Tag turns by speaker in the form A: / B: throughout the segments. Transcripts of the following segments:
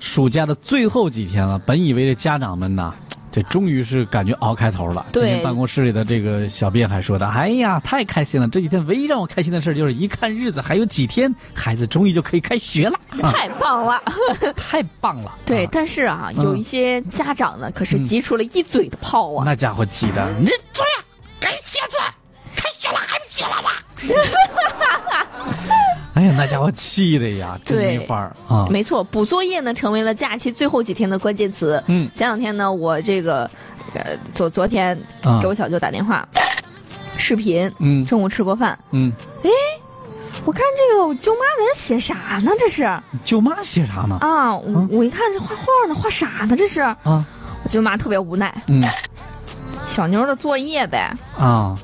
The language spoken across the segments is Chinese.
A: 暑假的最后几天了，本以为这家长们呐，这终于是感觉熬开头了。今
B: 对
A: 天办公室里的这个小编还说的：“哎呀，太开心了！这几天唯一让我开心的事儿就是一看日子还有几天，孩子终于就可以开学 了，啊、
B: 太 棒了！
A: 太棒了！”
B: 对，
A: 啊
B: 但是啊，
A: 嗯
B: 有一些家长呢，可是急出了一嘴的泡啊。
A: 那家伙气的，你这作呀，赶紧写字，开学了还不写完吧？哎呀，那家伙气的呀，真
B: 对
A: 没法儿啊！
B: 没错，补作业呢成为了假期最后几天的关键词。
A: 嗯
B: 前两天呢，我这个，呃，昨昨天
A: 啊
B: 给我小舅打电话，视频，
A: 嗯
B: 中午吃过饭，
A: 嗯，
B: 我看这个我舅妈在这写啥呢？这是
A: 舅妈写啥呢？
B: 啊，我
A: 嗯
B: 我一看这画画呢，画啥呢？这是
A: 啊，
B: 我舅妈特别无奈，
A: 嗯
B: 小妞的作业呗，
A: 啊，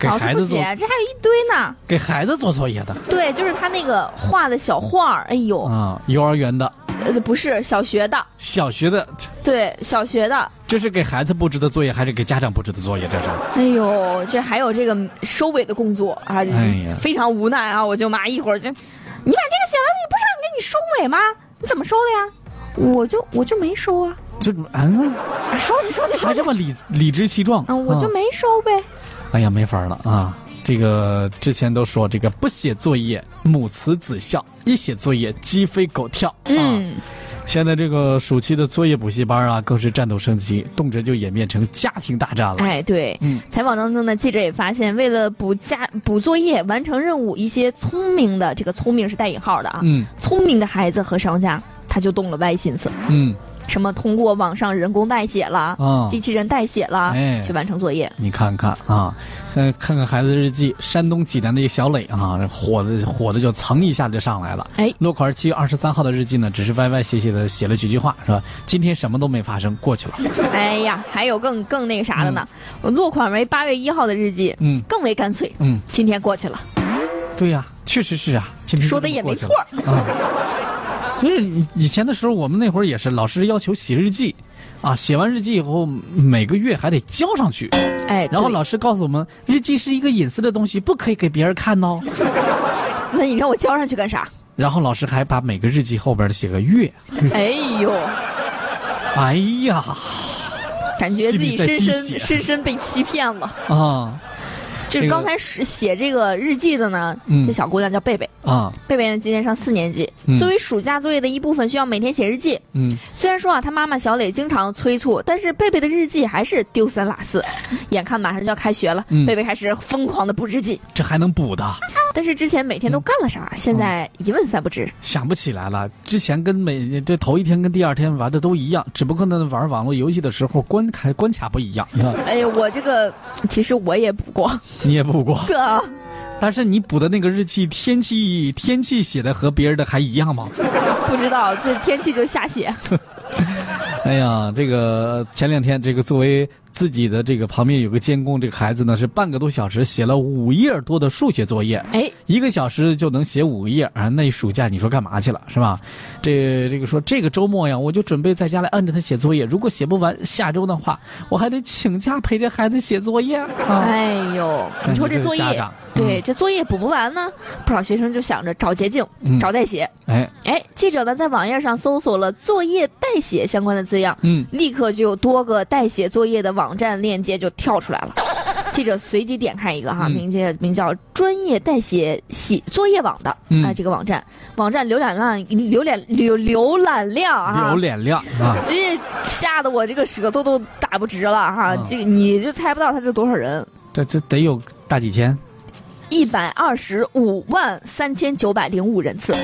A: 给
B: 老师
A: 孩
B: 不
A: 子做
B: 写，这还有一堆呢。
A: 给孩子做作业的
B: 对，就是他那个画的小画儿，哎呦，
A: 啊，幼儿园的、
B: 呃，不是小学的，
A: 小学的，
B: 对，小学的，
A: 这是给孩子布置的作业，还是给家长布置的作业？这是
B: 哎呦，这还有这个收尾的工作啊，
A: 哎呀
B: 非常无奈啊！我舅妈一会儿就，你把这个写了，你不是让给你收尾吗？你怎么收的呀？我就我就没收啊，
A: 这嗯，
B: 啊收去收去收
A: 还
B: 去
A: 这，么嗯理理直气壮
B: 啊，我就没收呗。
A: 哎呀，没法儿了啊！这个之前都说这个不写作业母慈子孝，一写作业鸡飞狗跳。啊、，
B: 嗯，
A: 现在这个暑期的作业补习班啊，更是战斗升级，动辄就演变成家庭大战了。
B: 哎，对，
A: 嗯
B: 采访当中呢，记者也发现，为了补假补作业、完成任务，一些聪明的这个聪明是带引号的啊，
A: 嗯
B: 聪明的孩子和商家他就动了歪心思，
A: 嗯，
B: 什么通过网上人工代写了，
A: 哦
B: 机器人代写了，
A: 哎
B: 去完成作业。
A: 你看看啊，嗯，看看孩子的日记，山东济南的一个小磊啊，火的火的就蹭一下就上来了。
B: 哎
A: 落款七月二十三号的日记呢，只是歪歪斜斜的写了几句话，是吧？今天什么都没发生，过去了。
B: 哎呀，还有更更那个啥的呢，我落款为八月一号的日记，
A: 嗯
B: 更为干脆，
A: 嗯，
B: 今天过去了，
A: 对呀、确实是啊，今天
B: 说的
A: 就这么
B: 也
A: 过
B: 没
A: 去
B: 错
A: 了。就是以以前的时候，我们那会儿也是，老师要求写日记，啊，写完日记以后，每个月还得交上去。
B: 哎，
A: 然后
B: 对
A: 老师告诉我们，日记是一个隐私的东西，不可以给别人看哦。
B: 那你让我交上去干啥？
A: 然后老师还把每个日记后边写个月。
B: 哎呦，
A: 哎呀，
B: 感觉自
A: 心里
B: 己
A: 在
B: 深
A: 滴
B: 深
A: 血
B: 深深被欺骗了。
A: 啊
B: 就
A: 这
B: 是
A: 个
B: 刚才是写这个日记的呢，
A: 嗯
B: 这小姑娘叫贝贝，
A: 啊，
B: 贝贝呢今年上四年级，
A: 嗯
B: 作为暑假作业的一部分，需要每天写日记。
A: 嗯，
B: 虽然说啊，她妈妈小磊经常催促，但是贝贝的日记还是丢三落 四。眼看马上就要开学了，
A: 嗯
B: 贝贝开始疯狂的补日记。
A: 这还能补的，
B: 但是之前每天都干了啥，现在一问三不知。
A: 想不起来了。之前跟每这头一天跟第二天玩的都一样，只不过呢玩网络游戏的时候关卡关卡不一样，你看
B: 哎呀，我这个其实我也补过，
A: 你也补过，
B: 哥啊，
A: 但是你补的那个日期天气天气写的和别人的还一样吗？
B: 不知道这天气就瞎写。
A: 哎呀，这个前两天这个作为自己的这个旁边有个监工，这个孩子呢是半个多小时写了五页多的数学作业，
B: 哎，
A: 一个小时就能写五个页啊！那一暑假你说干嘛去了是吧？这这个说这个周末呀，我就准备在家里按着他写作业，如果写不完，下周的话我还得请假陪着孩子写作业啊！
B: 哎呦，你说这作
A: 哎你这个家
B: 业嗯
A: 长，
B: 对这作业补不完呢，不少学生就想着找捷径，
A: 嗯
B: 找代写。
A: 哎，
B: 哎，记者呢在网页上搜索了作业代写相关的字样，
A: 嗯
B: 立刻就有多个代写作业的网站链接就跳出来 了。记者随即点开一个哈，
A: 嗯
B: 名叫名叫“专业代写写作业网”的啊、
A: 嗯
B: 这个网站，网站浏览量浏览浏浏览量啊
A: 有，脸亮啊！
B: 这吓得我这个舌头都打不直了哈、
A: 嗯
B: 这个你就猜不到他这多少人，
A: 这这得有大几千？
B: 一百二十五万三千九百零五人次。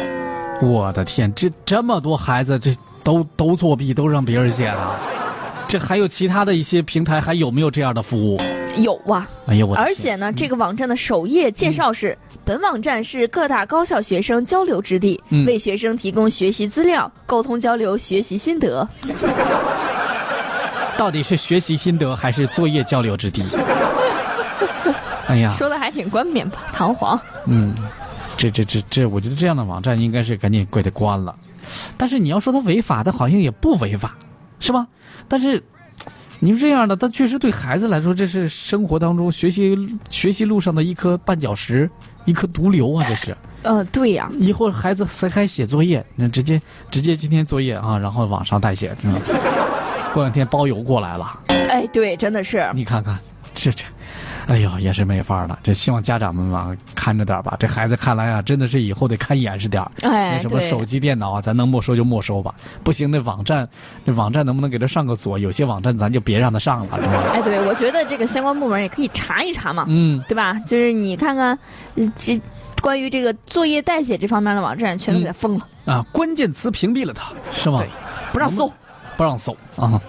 A: 我的天，这这么多孩子，这都都作弊，都让别人写了。这还有其他的一些平台还有没有这样的服务？
B: 有啊，
A: 哎呀，我的
B: 而
A: 天嗯
B: 且呢，这个网站的首页介绍是：本网站是各大高校学生交流之地，
A: 嗯
B: 为学生提供学习资料、沟通交流、学习心得。
A: 啊到底是学习心得还是作业交流之地？哎呀，
B: 说的还挺冠冕堂皇。
A: 嗯，这这这这，我觉得这样的网站应该是赶紧给它关了。但是你要说它违法，它好像也不违法，是吧？但是你说这样的，但确实对孩子来说，这是生活当中学习学习路上的一颗绊脚石，一颗毒瘤啊！这是
B: 呃，对呀、
A: 以后孩子谁还写作业，那直接直接今天作业啊，然后网上代写，嗯、过两天包邮过来了，
B: 哎，对，真的是，
A: 你看看，这这。哎呦，也是没法儿了。这希望家长们啊看着点儿吧。这孩子看来啊，真的是以后得看严实点儿。
B: 哎，
A: 那什么
B: 对
A: 手机、电脑啊，咱能没收就没收吧。不行，那网站，那网站能不能给他上个锁？有些网站咱就别让他上了，是吧？
B: 哎，对，我觉得这个相关部门也可以查一查嘛，
A: 嗯，
B: 对吧？就是你看看，呃这关于这个作业代写这方面的网
A: 嗯
B: 站，全都给它封了，
A: 啊，关键词屏蔽了他，是吗
B: 对？不让搜。
A: 不让搜啊！